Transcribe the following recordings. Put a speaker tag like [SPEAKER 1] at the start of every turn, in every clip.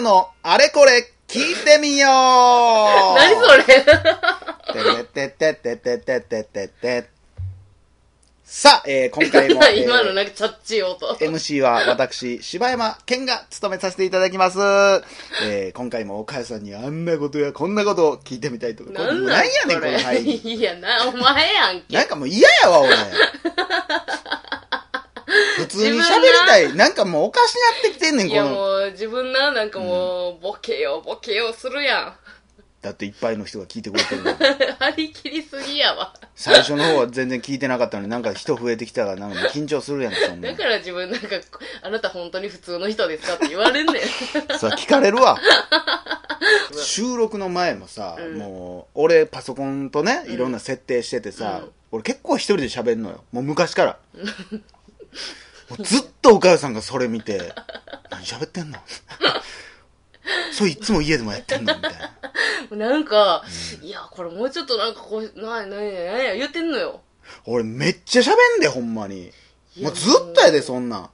[SPEAKER 1] のあれこれ聞いてみよう
[SPEAKER 2] 何それ
[SPEAKER 1] てれててててててててさあ、えー今回も、えー
[SPEAKER 2] 今のなんかチャッチい音。
[SPEAKER 1] MC は私、柴山健が務めさせていただきます。えー今回も岡谷さんにあんなことやこんなことを聞いてみたいとか、これ
[SPEAKER 2] なん
[SPEAKER 1] な
[SPEAKER 2] なん
[SPEAKER 1] んやねん、
[SPEAKER 2] そ
[SPEAKER 1] この
[SPEAKER 2] れ
[SPEAKER 1] 入り。
[SPEAKER 2] いや、な、お前やんけ。
[SPEAKER 1] なんかもう嫌やわ、 俺。普通に喋りたい。なんかもうおかし なってきてんねん、
[SPEAKER 2] い
[SPEAKER 1] こ
[SPEAKER 2] や
[SPEAKER 1] の。
[SPEAKER 2] もう、自分な、なんかもう、ボケよ、ボケよ、するやん。
[SPEAKER 1] だっていっぱいの人が聞いてくれてるの。
[SPEAKER 2] 張り切りすぎやわ。
[SPEAKER 1] 最初の方は全然聞いてなかったのに、なんか人増えてきたら、なんかもう緊張するやん、そんな
[SPEAKER 2] だ。から自分なんか、あなた本当に普通の人ですかって言われんねん。
[SPEAKER 1] さ、聞かれるわ。収録の前もさ、
[SPEAKER 2] うん
[SPEAKER 1] もう、俺パソコンとね、
[SPEAKER 2] ん
[SPEAKER 1] いろんな設定しててさ、
[SPEAKER 2] うん
[SPEAKER 1] 俺結構一人で喋んのよ。もう昔 から。もうずっとおかよさんがそれ見て、何喋ってん のそれいつも家でもやってんのみたいな。
[SPEAKER 2] なんか、いや、これもうちょっとなんかこう、なんや、なんや、なんや、言ってんのよ。
[SPEAKER 1] 俺めっちゃ喋んで、ほんまに。
[SPEAKER 2] い
[SPEAKER 1] も
[SPEAKER 2] や
[SPEAKER 1] うずっとやで、そんなん。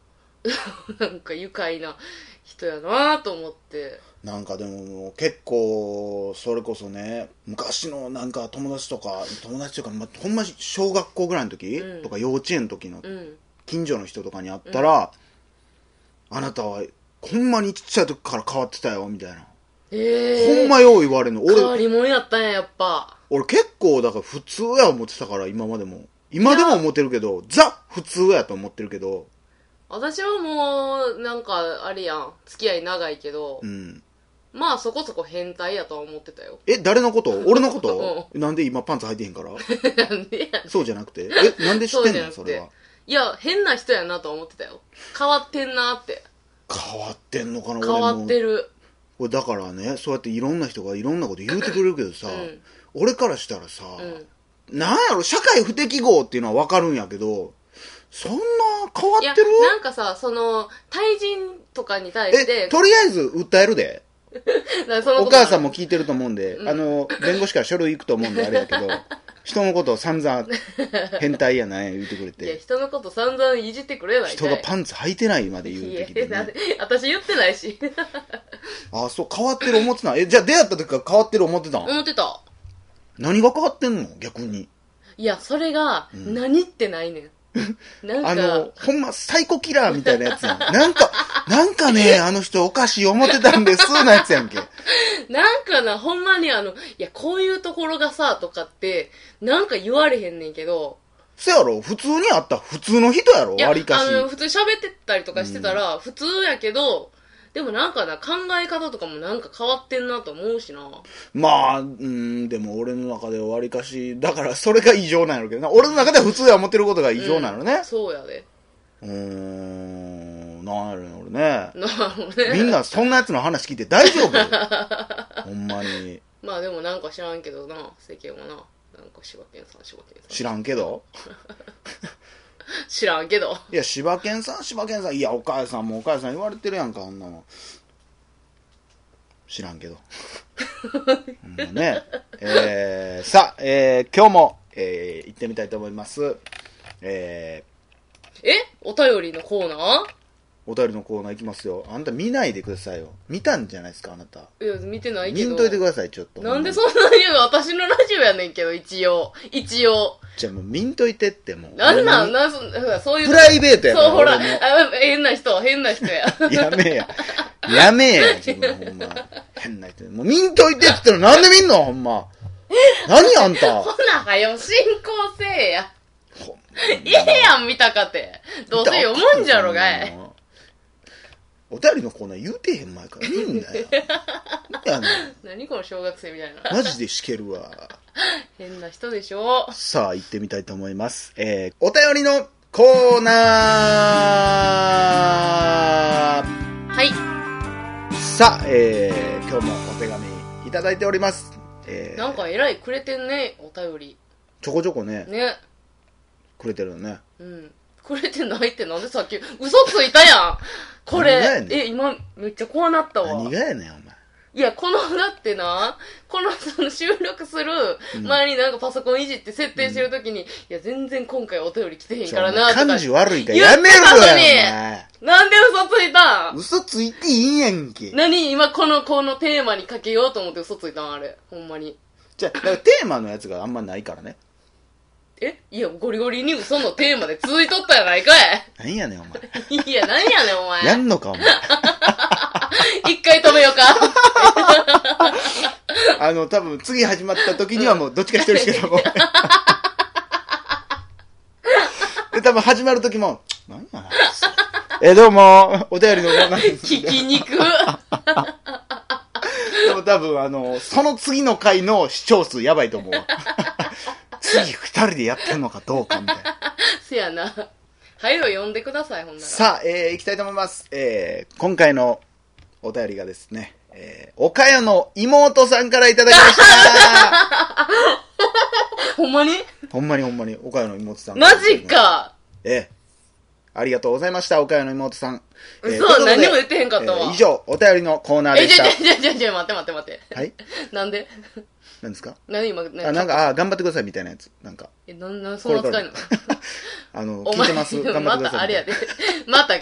[SPEAKER 2] なんか愉快な人やなと思って。
[SPEAKER 1] なんかでももう結構それこそね昔のなんか友達とか友達というか、まあ、ほんま小学校ぐらいの時、
[SPEAKER 2] うん
[SPEAKER 1] とか幼稚園の時の
[SPEAKER 2] うん。
[SPEAKER 1] 近所の人とかに会ったら、あなたはほんまにちっちゃい時から変わってたよみたいな、
[SPEAKER 2] ええ
[SPEAKER 1] ほんまよう言われるの
[SPEAKER 2] 変わ
[SPEAKER 1] 俺
[SPEAKER 2] り者やったんや、やっぱ。
[SPEAKER 1] 俺結構だから普通や思ってたから今までも今でも思ってるけどザ普通やと思ってるけど
[SPEAKER 2] 私はもう、なんか、あれやん。付き合い長いけど、
[SPEAKER 1] うん
[SPEAKER 2] まあそこそこ変態やとは思ってた よ。
[SPEAKER 1] え誰のこと俺のこと、なんで今パンツ履いてへん から
[SPEAKER 2] なんでやねん
[SPEAKER 1] そうじゃなくてえなんで知ってんの
[SPEAKER 2] そ
[SPEAKER 1] そう
[SPEAKER 2] じ
[SPEAKER 1] れ
[SPEAKER 2] ゃな
[SPEAKER 1] は
[SPEAKER 2] くいや、変な人やなとは思ってたよ。変わってんなって。
[SPEAKER 1] 変わってんのかな
[SPEAKER 2] 変わって
[SPEAKER 1] 俺も
[SPEAKER 2] る。
[SPEAKER 1] 俺だからねそうやっていろんな人がいろんなこと言うてくれるけどさ、
[SPEAKER 2] うん
[SPEAKER 1] 俺からしたらさ、
[SPEAKER 2] うん。
[SPEAKER 1] なんやろ社会不適合っていうのは分かるんやけどそんな変わ
[SPEAKER 2] いや
[SPEAKER 1] ってる、
[SPEAKER 2] なんかさ、その、対人とかに対して
[SPEAKER 1] え、とりあえず訴えるで
[SPEAKER 2] なその
[SPEAKER 1] お
[SPEAKER 2] ことな
[SPEAKER 1] 母さんも聞いてると思うんで、あの弁護士から書類行くと思うんであれや けど人のことを散々変態やなんや言うてくれ
[SPEAKER 2] いや、
[SPEAKER 1] て
[SPEAKER 2] 人のこと散々いじってくれない
[SPEAKER 1] 人がパンツ履いてないまで言うてきて、
[SPEAKER 2] いやな
[SPEAKER 1] ね、
[SPEAKER 2] 私言ってな いし。
[SPEAKER 1] ああそう変わってる思ってたんえじゃあ出会った時から変わってる思ってたん、
[SPEAKER 2] 思ってた。
[SPEAKER 1] 何が変わってんの逆に
[SPEAKER 2] いや、それが、何ってないねん。なんか、
[SPEAKER 1] あの、ほんま、サイコキラーみたいなやつやん。なんか、なんかね、あの人おかしい思ってたんです、なやつやんけ。
[SPEAKER 2] なんかな、ほんまにあの、いや、こういうところがさ、とかって、なんか言われへんねんけど、
[SPEAKER 1] そやろ、普通にあった普通の人やろ、
[SPEAKER 2] いや、
[SPEAKER 1] 割かし
[SPEAKER 2] あ。の、普通に喋ってたりとかしてたら、普通やけど、でもなんかな、考え方とかもなんか変わってんなと思うしな。
[SPEAKER 1] まあ、うん、でも俺の中では割かし、だからそれが異常なんやろうけどな。俺の中では普通や思ってることが異常なのね。
[SPEAKER 2] そうやで。
[SPEAKER 1] うーん、なんやろね、俺 ね。
[SPEAKER 2] なるほどね。
[SPEAKER 1] みんなそんなやつの話聞いて大丈夫ほんまに。
[SPEAKER 2] まあでもなんか知らんけどな、世間はな。なんか柴犬さん、柴犬さん。
[SPEAKER 1] 知らんけど。
[SPEAKER 2] 知らんけど。
[SPEAKER 1] いや、柴犬さん、柴犬さん。いや、お母さんもお母さん言われてるやんか、あんなの。知らんけど。ほんまね。えー、さあ、えー、今日も、えー、行ってみたいと思います。え
[SPEAKER 2] えお便りのコーナ
[SPEAKER 1] ー、お便りのコーナー行きますよ。あんた見ないでくださいよ。見たんじゃないですか、あなた。
[SPEAKER 2] ーいや、見てない
[SPEAKER 1] 見
[SPEAKER 2] けど。
[SPEAKER 1] んといてください、ちょっと。
[SPEAKER 2] なんでそ
[SPEAKER 1] うん
[SPEAKER 2] なに言うの私のラジオやねんけど、一応。一応。
[SPEAKER 1] じゃあもう見んといてってもう。
[SPEAKER 2] なんなん
[SPEAKER 1] も
[SPEAKER 2] なんそなんかそう
[SPEAKER 1] う
[SPEAKER 2] いう。
[SPEAKER 1] プライベートや
[SPEAKER 2] そう、ほら、
[SPEAKER 1] 俺も
[SPEAKER 2] あ変な人、変な 人や。
[SPEAKER 1] やめえや。やめえや、自分ほんま。変な人。もう見んといてっつったらなんで見んのほんま。何あんた。
[SPEAKER 2] ほな、はよ、進行せえや。
[SPEAKER 1] ほん
[SPEAKER 2] ええやん、見たかて。どうせ読むんじゃろがい。。
[SPEAKER 1] お便りのコーナー言うてへん前から見んなよ。なんやね
[SPEAKER 2] 何この小学生みたいな。
[SPEAKER 1] んマジでしけるわ。
[SPEAKER 2] 変な人でしょ。
[SPEAKER 1] さあ、行ってみたいと思います。えー、お便りのコーナー
[SPEAKER 2] はい。
[SPEAKER 1] さあ、えー、今日もお手紙いただいております。え
[SPEAKER 2] なん
[SPEAKER 1] ー、
[SPEAKER 2] か、えらいくれてんね、お便り。
[SPEAKER 1] ちょこちょこね、
[SPEAKER 2] ね。
[SPEAKER 1] くれてるのね。
[SPEAKER 2] うん。くれてないってなんでさっき、嘘ついたやんこ
[SPEAKER 1] 何がや
[SPEAKER 2] れ、
[SPEAKER 1] ねん
[SPEAKER 2] え、今、めっちゃ怖なったわ
[SPEAKER 1] 何。がやねん、お前。
[SPEAKER 2] いや、この、だってな、この、その、収録する前になんかパソコンいじって設定してるときに、いや、全然今回お便り来てへんからな、とか。
[SPEAKER 1] 感じ悪いから
[SPEAKER 2] 言っ
[SPEAKER 1] や
[SPEAKER 2] て
[SPEAKER 1] めろよ
[SPEAKER 2] たのに
[SPEAKER 1] お前
[SPEAKER 2] なんで嘘ついたん
[SPEAKER 1] 嘘ついていいんやんけ。
[SPEAKER 2] 何今この、このテーマにかけようと思って嘘ついたんあれ。ほんまに。
[SPEAKER 1] じゃあ、だからテーマのやつがあんまないからね。
[SPEAKER 2] えいや、ゴリゴリに嘘のテーマで続いとったやないか
[SPEAKER 1] なんやねん、お前。
[SPEAKER 2] い。いや、なんやねん、お前。
[SPEAKER 1] やんのか、お 前。
[SPEAKER 2] 一回止めようか。
[SPEAKER 1] あの、多分次始まった時にはもうどっちか一人しかもう。で、多分始まる時も、何やな。 え、どうも、お便りのコーナーです。
[SPEAKER 2] 聞きにく。
[SPEAKER 1] でも多分、あの、その次の回の視聴数やばいと思うわ。 次二人でやってんのかどうかみたいな。
[SPEAKER 2] せやな。はよ、呼んでください、ほんなら。
[SPEAKER 1] さあ、えー、行きたいと思います。えー、今回のお便りがですね、えー、岡谷の妹さんからいただきま した。
[SPEAKER 2] ほんまに
[SPEAKER 1] ほんまにほんまに、岡谷の妹さん。
[SPEAKER 2] マジか。
[SPEAKER 1] ええ。ありがとうございました、岡谷の妹さん。ええという
[SPEAKER 2] 嘘
[SPEAKER 1] ことで
[SPEAKER 2] 何も言ってへんかったわ
[SPEAKER 1] ええ以上、お便りのコーナー
[SPEAKER 2] え、
[SPEAKER 1] でし
[SPEAKER 2] じ
[SPEAKER 1] た
[SPEAKER 2] ゃ。じゃじゃじゃ待って待って待って。
[SPEAKER 1] はい
[SPEAKER 2] なんで
[SPEAKER 1] 何 ですか
[SPEAKER 2] 何今、何
[SPEAKER 1] あ、なんか、あ、頑張ってくださいみたいなやつ。なんか、
[SPEAKER 2] え、なんなんそんな扱いなの
[SPEAKER 1] あの、
[SPEAKER 2] お
[SPEAKER 1] 聞い
[SPEAKER 2] 前
[SPEAKER 1] てます。頑張ってくださいみたいな。
[SPEAKER 2] またあれやで。また、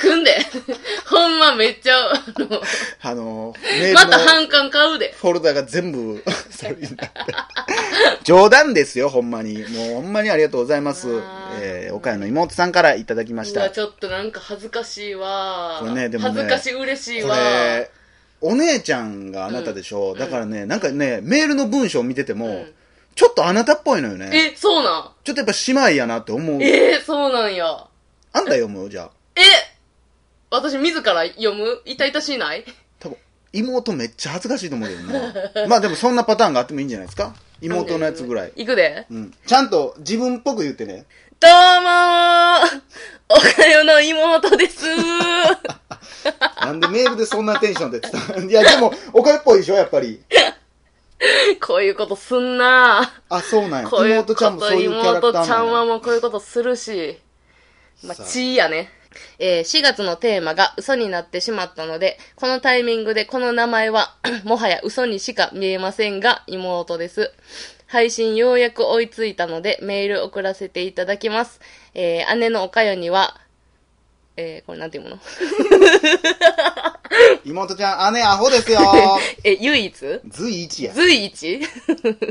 [SPEAKER 2] 組んで。 ほんまめっちゃ、あの、
[SPEAKER 1] あの、メー
[SPEAKER 2] ま
[SPEAKER 1] ル
[SPEAKER 2] た
[SPEAKER 1] の
[SPEAKER 2] 反感買うで。
[SPEAKER 1] フォルダが全部、 それになって。冗談ですよ、ほんまに。もう、ほんまにありがとうございます
[SPEAKER 2] あ。ー
[SPEAKER 1] ええ岡谷の妹さんからいただきまし
[SPEAKER 2] うわ、
[SPEAKER 1] た。
[SPEAKER 2] ちょっとなんか恥ずかしいわ。
[SPEAKER 1] これねでもね
[SPEAKER 2] 恥ずかしい、嬉しい
[SPEAKER 1] こ
[SPEAKER 2] わ。
[SPEAKER 1] れ、お姉ちゃんがあなたでしょ、だからね、なんかね、メールの文章を見てても、
[SPEAKER 2] ん
[SPEAKER 1] ちょっとあなたっぽいのよね。
[SPEAKER 2] え、そうなん
[SPEAKER 1] ちょっとやっぱ姉妹やなって思う。
[SPEAKER 2] えー、そうなんや。
[SPEAKER 1] あんた読むじゃあ。
[SPEAKER 2] え私自ら読む痛々しいない
[SPEAKER 1] 多分、妹めっちゃ恥ずかしいと思うけどな。 まあでもそんなパターンがあってもいいんじゃないですか妹のやつぐらい。
[SPEAKER 2] いくで。
[SPEAKER 1] うん。ちゃんと自分っぽく言ってね。
[SPEAKER 2] どうもー おかよの妹ですー
[SPEAKER 1] なんでメールでそんなテンションで伝わるいやでも、おかっぽいでしょやっぱり。
[SPEAKER 2] こういうことすんなー。
[SPEAKER 1] あ、そうなんや。
[SPEAKER 2] こういう
[SPEAKER 1] 妹
[SPEAKER 2] こ
[SPEAKER 1] ちゃんも
[SPEAKER 2] と、
[SPEAKER 1] そういうキャラクタ
[SPEAKER 2] 妹
[SPEAKER 1] ー
[SPEAKER 2] ちゃ
[SPEAKER 1] なん
[SPEAKER 2] ん
[SPEAKER 1] や
[SPEAKER 2] はもうこういうことするし、まあ、
[SPEAKER 1] さあ
[SPEAKER 2] 血やね。えー4月のテーマが嘘になってしまったので、このタイミングでこの名前は、 もはや嘘にしか見えませんが、妹です。配信ようやく追いついたので、メール送らせていただきます。えー姉のおかよには、えーこれなんていうもの
[SPEAKER 1] 妹ちゃん、姉アホですよ。
[SPEAKER 2] え、唯一
[SPEAKER 1] 随一や。
[SPEAKER 2] 随一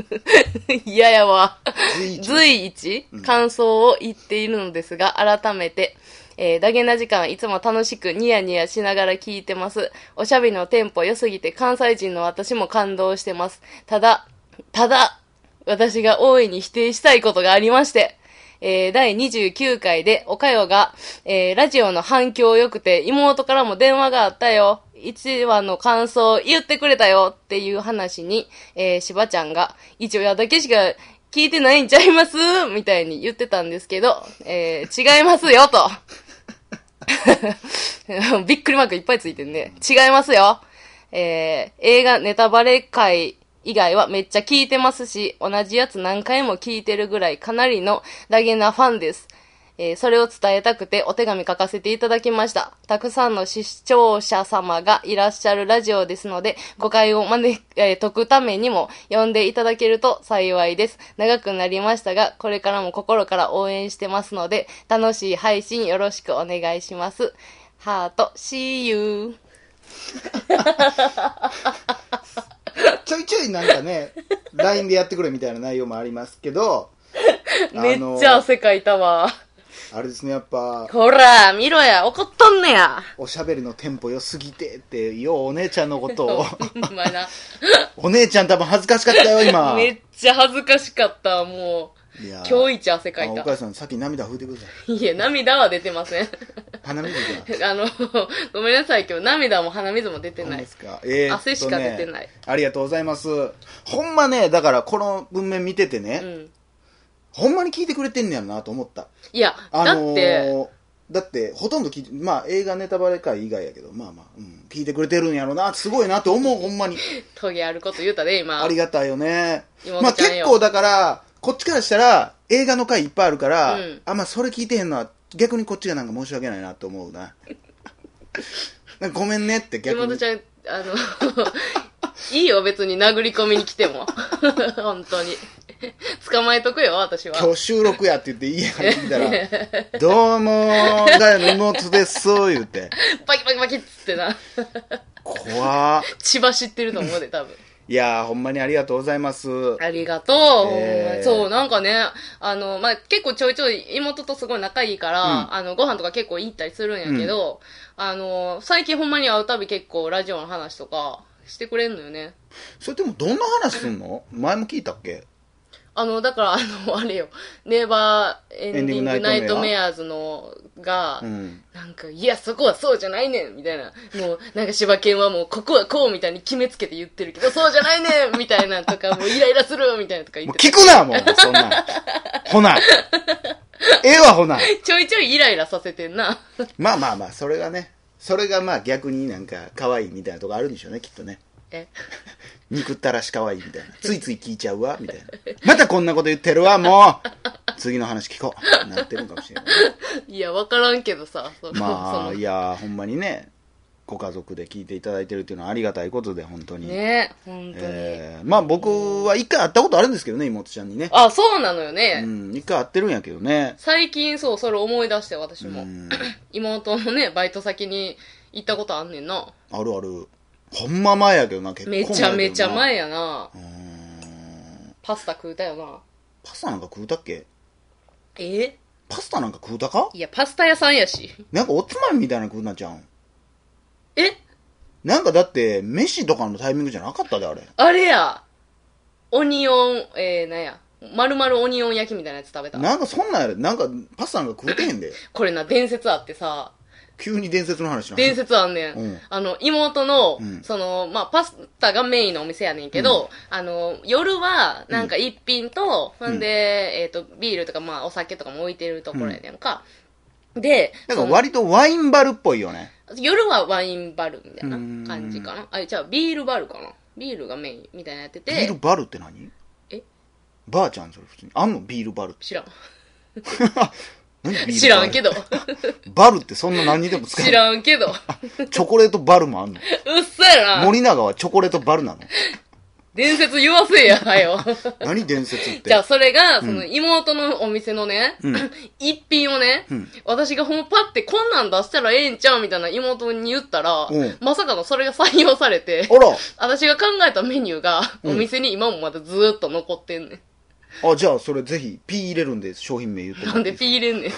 [SPEAKER 2] 嫌やわ。
[SPEAKER 1] 随一。
[SPEAKER 2] 随一感想を言っているのですが、改めて、えー、ダゲな時間いつも楽しくニヤニヤしながら聞いてます。おしゃべりのテンポ良すぎて関西人の私も感動してます。ただ、ただ、私が大いに否定したいことがありまして、えー、第29回で、おかよが、えー、ラジオの反響良くて、妹からも電話があったよ。1話の感想言ってくれたよっていう話に、えー、しばちゃんが、一話だけしか聞いてないんちゃいますみたいに言ってたんですけど、えー、違いますよと。 びっくりマークいっぱいついてんね。違いますよ。えー、映画ネタバレ会以外はめっちゃ聞いてますし、同じやつ何回も聞いてるぐらいかなりのダゲなファンです。えーそれを伝えたくてお手紙書かせていただきました。たくさんの視聴者様がいらっしゃるラジオですので、誤解を招く、えー解くためにも呼んでいただけると幸いです。長くなりましたが、これからも心から応援してますので、楽しい配信よろしくお願いします。ハート、See you!
[SPEAKER 1] ちょいちょいなんかね、LINE でやってくれみたいな内容もありますけど、あの
[SPEAKER 2] めっちゃ汗かいたわ。
[SPEAKER 1] あれですね、やっぱ、
[SPEAKER 2] ほら、見ろや、怒っとんねや。
[SPEAKER 1] おしゃべりのテンポ良すぎてって、ようお姉ちゃんのこと を、
[SPEAKER 2] ほんまな。
[SPEAKER 1] お姉ちゃん多分恥ずかしかったよ、今。
[SPEAKER 2] めっちゃ恥ずかしかったわ、もう。
[SPEAKER 1] いや
[SPEAKER 2] 今日一汗か
[SPEAKER 1] あ
[SPEAKER 2] い
[SPEAKER 1] お
[SPEAKER 2] た。
[SPEAKER 1] 母さん、さっき涙拭いてください。
[SPEAKER 2] いや、涙は出てません。
[SPEAKER 1] 鼻水じゃない
[SPEAKER 2] あの、ごめんなさい、今日涙も鼻水も出て
[SPEAKER 1] ほんま
[SPEAKER 2] な
[SPEAKER 1] で
[SPEAKER 2] い。
[SPEAKER 1] すか。えーっとね
[SPEAKER 2] 汗しか出てない。
[SPEAKER 1] ありがとうございます。ほんまね、だからこの文面見ててね、
[SPEAKER 2] うん。
[SPEAKER 1] ほんまに聞いてくれてんねやろなと思った。
[SPEAKER 2] いや、
[SPEAKER 1] あの
[SPEAKER 2] だって、
[SPEAKER 1] ーだって、ほとんど聞いて、まあ映画ネタバレ会以外やけど、まあまあ、うん、聞いてくれてるんやろな、すごいなと思う、ほんまに。
[SPEAKER 2] トゲあること言うたで、今。
[SPEAKER 1] ありがたいよね。
[SPEAKER 2] 妹
[SPEAKER 1] まあ
[SPEAKER 2] ちゃん
[SPEAKER 1] 結
[SPEAKER 2] よ
[SPEAKER 1] 構だから、こっちからしたら、映画の回いっぱいあるから、
[SPEAKER 2] うん
[SPEAKER 1] あ、まあそれ聞いてへんのは、逆にこっちがなんか申し訳ないなと思う な。なんかごめんねって逆
[SPEAKER 2] 妹
[SPEAKER 1] に
[SPEAKER 2] ち。ゃん、 あの、いいよ、別に殴り込みに来ても。本当に。捕まえとくよ、私は。
[SPEAKER 1] 今日収録やって言って家入ってきたら、どうもー、ガヤの妹です、言うて。
[SPEAKER 2] バキバキバキっつってな。
[SPEAKER 1] 怖ー
[SPEAKER 2] 千葉知ってると思う で、多分。
[SPEAKER 1] いやー、ほんまにありがとうございます。
[SPEAKER 2] ありがとう、
[SPEAKER 1] えー
[SPEAKER 2] ほんまにそう、なんかね、あの、まあ、結構ちょいちょい妹とすごい仲いいから、
[SPEAKER 1] うん
[SPEAKER 2] あの、ご飯とか結構行ったりするんやけど、あの、最近ほんまに会うたび結構ラジオの話とかしてくれんのよね。
[SPEAKER 1] それでもどんな話すんの前も聞いたっけ
[SPEAKER 2] あの、だから、あの、あれよ、ネイバーエンディングナイトメアーズのが、
[SPEAKER 1] うん。
[SPEAKER 2] なんか、いや、そこはそうじゃないねんみたいな。もう、なんか柴犬はもう、ここはこうみたいに決めつけて言ってるけど、そうじゃないねんみたいなとか、もうイライラするみたいなとか言
[SPEAKER 1] も
[SPEAKER 2] っ
[SPEAKER 1] う
[SPEAKER 2] て
[SPEAKER 1] 聞くな、もう、そんなん。ほな。ええわ、ほな。
[SPEAKER 2] ちょいちょいイライラさせてんな。
[SPEAKER 1] まあまあまあ、それがね、それがまあ逆になんか可愛いみたいなとこあるんでしょうね、きっとね。
[SPEAKER 2] え
[SPEAKER 1] 憎ったらし可愛いみたいな。ついつい聞いちゃうわ、みたいな。またこんなこと言ってるわ、もう次の話聞こう。なってるかもしれない。
[SPEAKER 2] いや、わからんけどさ、 その、そ
[SPEAKER 1] まあ、
[SPEAKER 2] の
[SPEAKER 1] いやー、ほんまにね、ご家族で聞いていただいてるっていうのはありがたいことで、本当に。
[SPEAKER 2] ね、本当に。
[SPEAKER 1] えーまあ僕は一回会ったことあるんですけどね、妹ちゃんにね。
[SPEAKER 2] あ、そうなのよね。
[SPEAKER 1] うん、一回会ってるんやけどね。
[SPEAKER 2] 最近、そう、それ思い出して、私も。
[SPEAKER 1] うん
[SPEAKER 2] 妹のね、バイト先に行ったことあんねんな。
[SPEAKER 1] あるある。ほんま前やけどな、結構前
[SPEAKER 2] め
[SPEAKER 1] やけど
[SPEAKER 2] ち
[SPEAKER 1] な
[SPEAKER 2] ゃめちゃ。前やな。
[SPEAKER 1] うーん。
[SPEAKER 2] パスタ食うたよな。
[SPEAKER 1] パスタなんか食うたっけ
[SPEAKER 2] え
[SPEAKER 1] パスタなんか食うたか
[SPEAKER 2] いや、パスタ屋さんやし。
[SPEAKER 1] なんかおつまみみたいなの食うなちゃうん。
[SPEAKER 2] え
[SPEAKER 1] なんかだって、飯とかのタイミングじゃなかったで、あれ。
[SPEAKER 2] あれや。オニオン、えー、なんや。丸々オニオン焼きみたいなやつ食べた。
[SPEAKER 1] なんかそんなんやろ。なんか、パスタなんか食うてへ んで。
[SPEAKER 2] これな、伝説あってさ。
[SPEAKER 1] 急に伝説の話な。
[SPEAKER 2] 伝説あんねん。
[SPEAKER 1] うん
[SPEAKER 2] あの、妹の、
[SPEAKER 1] うん
[SPEAKER 2] その、まあ、パスタがメインのお店やねんけど、あの、夜は、なんか一品と、
[SPEAKER 1] ん
[SPEAKER 2] ほんで、えっ、と、ビールとか、まあ、お酒とかも置いてるところやねんか。で、
[SPEAKER 1] なんか割とワインバルっぽいよね。
[SPEAKER 2] その夜はワインバルみたいな
[SPEAKER 1] うん
[SPEAKER 2] 感じかな。あ、じゃあ、ビールバルかな。ビールがメインみたいなやって
[SPEAKER 1] ビール
[SPEAKER 2] て、
[SPEAKER 1] バルって何
[SPEAKER 2] え
[SPEAKER 1] バーちゃんそれ普通に。あんのビールバルって。
[SPEAKER 2] 知らん。
[SPEAKER 1] 何ビールバル
[SPEAKER 2] 知らん けど。
[SPEAKER 1] バルってそんな何にでも使え
[SPEAKER 2] 知
[SPEAKER 1] る。
[SPEAKER 2] ら んけど。う
[SPEAKER 1] チョコレートバルもあんの。
[SPEAKER 2] っさやな。
[SPEAKER 1] 森永はチョコレートバルなの。
[SPEAKER 2] 伝説言わせや、はよ。
[SPEAKER 1] 何伝説って。
[SPEAKER 2] じゃあ、それが、その、妹のお店のね、
[SPEAKER 1] うん
[SPEAKER 2] 一品をね、
[SPEAKER 1] うん
[SPEAKER 2] 私がほんまパってこんなん出したらええんちゃうみたいな妹に言ったら、
[SPEAKER 1] うん
[SPEAKER 2] まさかのそれが採用されて、
[SPEAKER 1] あら。
[SPEAKER 2] 私が考えたメニューが、
[SPEAKER 1] うん
[SPEAKER 2] お店に今もまだずーっと残ってんね
[SPEAKER 1] あ、じゃあそれぜひ、P 入れるんで商品名言って
[SPEAKER 2] ん。
[SPEAKER 1] も
[SPEAKER 2] な
[SPEAKER 1] ら
[SPEAKER 2] ん
[SPEAKER 1] って
[SPEAKER 2] で
[SPEAKER 1] いい
[SPEAKER 2] ピー入れん ねん。い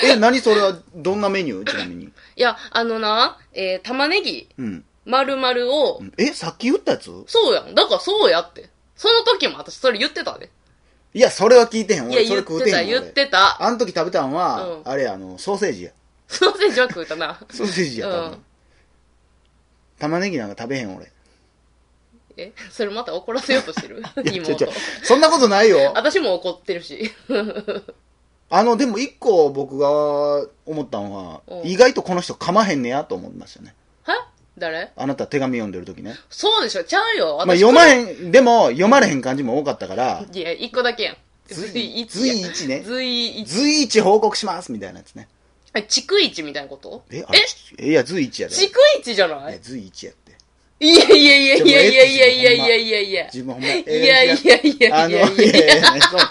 [SPEAKER 1] え、何それはどんなメニューちなみに。
[SPEAKER 2] や、あのな、えー、玉ねぎ、
[SPEAKER 1] うん。
[SPEAKER 2] 丸々を、
[SPEAKER 1] え、さっき言ったやつ
[SPEAKER 2] そうやん。だからそうやって。その時も私それ言ってたで。
[SPEAKER 1] いや、それは聞いてへん。
[SPEAKER 2] いや、
[SPEAKER 1] 俺、それ
[SPEAKER 2] 言っ
[SPEAKER 1] 食う
[SPEAKER 2] て
[SPEAKER 1] てへん
[SPEAKER 2] た、
[SPEAKER 1] わ。
[SPEAKER 2] 言っ
[SPEAKER 1] 俺
[SPEAKER 2] てた。
[SPEAKER 1] あの時食べたんは、
[SPEAKER 2] うん
[SPEAKER 1] あれや、あの、ソーセージや。
[SPEAKER 2] その選手は食うたな。
[SPEAKER 1] ソーセージや、多分。
[SPEAKER 2] うん
[SPEAKER 1] 玉ねぎなんか食べへん、俺。
[SPEAKER 2] えそれまた怒らせようとし てる
[SPEAKER 1] ちょち
[SPEAKER 2] 妹
[SPEAKER 1] ょ。そんなことないよ。
[SPEAKER 2] 私も怒ってるし。
[SPEAKER 1] あの、でも一個僕が思ったのは、
[SPEAKER 2] うん
[SPEAKER 1] 意外とこの人噛まへんねやと思いましたね。
[SPEAKER 2] は誰
[SPEAKER 1] あなた手紙読んでる時ね。
[SPEAKER 2] そうでしょちゃうよ。
[SPEAKER 1] まあ
[SPEAKER 2] 私
[SPEAKER 1] 読まへん、でも読まれへん感じも多かったから、
[SPEAKER 2] いや、一個だけやん。
[SPEAKER 1] 随
[SPEAKER 2] 一や
[SPEAKER 1] 随一ね
[SPEAKER 2] 随一。
[SPEAKER 1] 随一報告しますみたいなやつね。
[SPEAKER 2] あ、逐一みたいなこと
[SPEAKER 1] え、あれいや、随一やで。
[SPEAKER 2] 逐一じゃない
[SPEAKER 1] いや
[SPEAKER 2] い
[SPEAKER 1] 随一やって。
[SPEAKER 2] やいやいやいやいやいやいやいやいやいや。
[SPEAKER 1] 自分ほんま、え
[SPEAKER 2] いやいやいやいや
[SPEAKER 1] あの、いやいやいや、そう。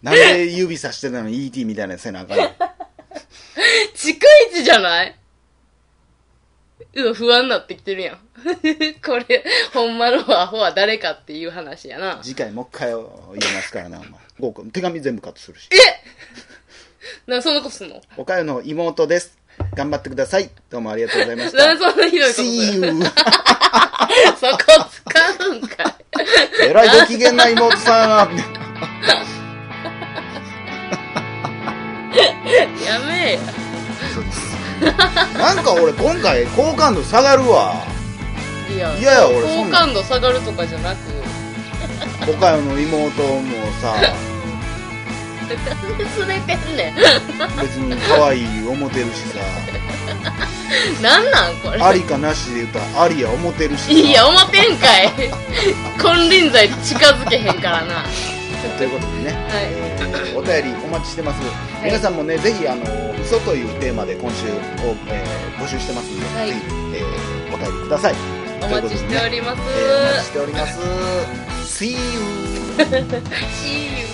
[SPEAKER 1] なんで指さしてたのに ET みたいなやつせなあかんの
[SPEAKER 2] 逐一じゃないうわ、不安になってきてるやん。 これ、ほんまのアホは誰かっていう話やな。
[SPEAKER 1] 次回もう一回言いますからな、お前。ゴーくん手紙全部カットするし。
[SPEAKER 2] なんでそんなことすんの
[SPEAKER 1] おかよの妹です。頑張ってください。どうもありがとうございまし
[SPEAKER 2] なん
[SPEAKER 1] た。
[SPEAKER 2] でそんなひどいことす
[SPEAKER 1] See
[SPEAKER 2] る
[SPEAKER 1] you!
[SPEAKER 2] そこ使うんかい。
[SPEAKER 1] えらいご機嫌な妹さん
[SPEAKER 2] やめえや。
[SPEAKER 1] なんか俺今回好感度下がるわ。
[SPEAKER 2] いや、
[SPEAKER 1] いやいや俺そ
[SPEAKER 2] 好
[SPEAKER 1] んな
[SPEAKER 2] 感度下がるとかじゃなく、
[SPEAKER 1] おかよの妹もさ、
[SPEAKER 2] なんで拗ねてんね
[SPEAKER 1] 別に可愛い思てるしさ、
[SPEAKER 2] ん。なんなんこれ。
[SPEAKER 1] ありかなしで言ったらありや思てるしさ。
[SPEAKER 2] いや、思てんかい。金輪際近づけへんからな。
[SPEAKER 1] ということでね、
[SPEAKER 2] はい
[SPEAKER 1] えーお便りお待ちしてます、
[SPEAKER 2] い
[SPEAKER 1] 皆さんもねぜひあの「嘘」というテーマで今週を、えー募集してますので、
[SPEAKER 2] はい
[SPEAKER 1] ぜひ、えーお便りください
[SPEAKER 2] おお待ちしております
[SPEAKER 1] えーお待ちしております See you!
[SPEAKER 2] See you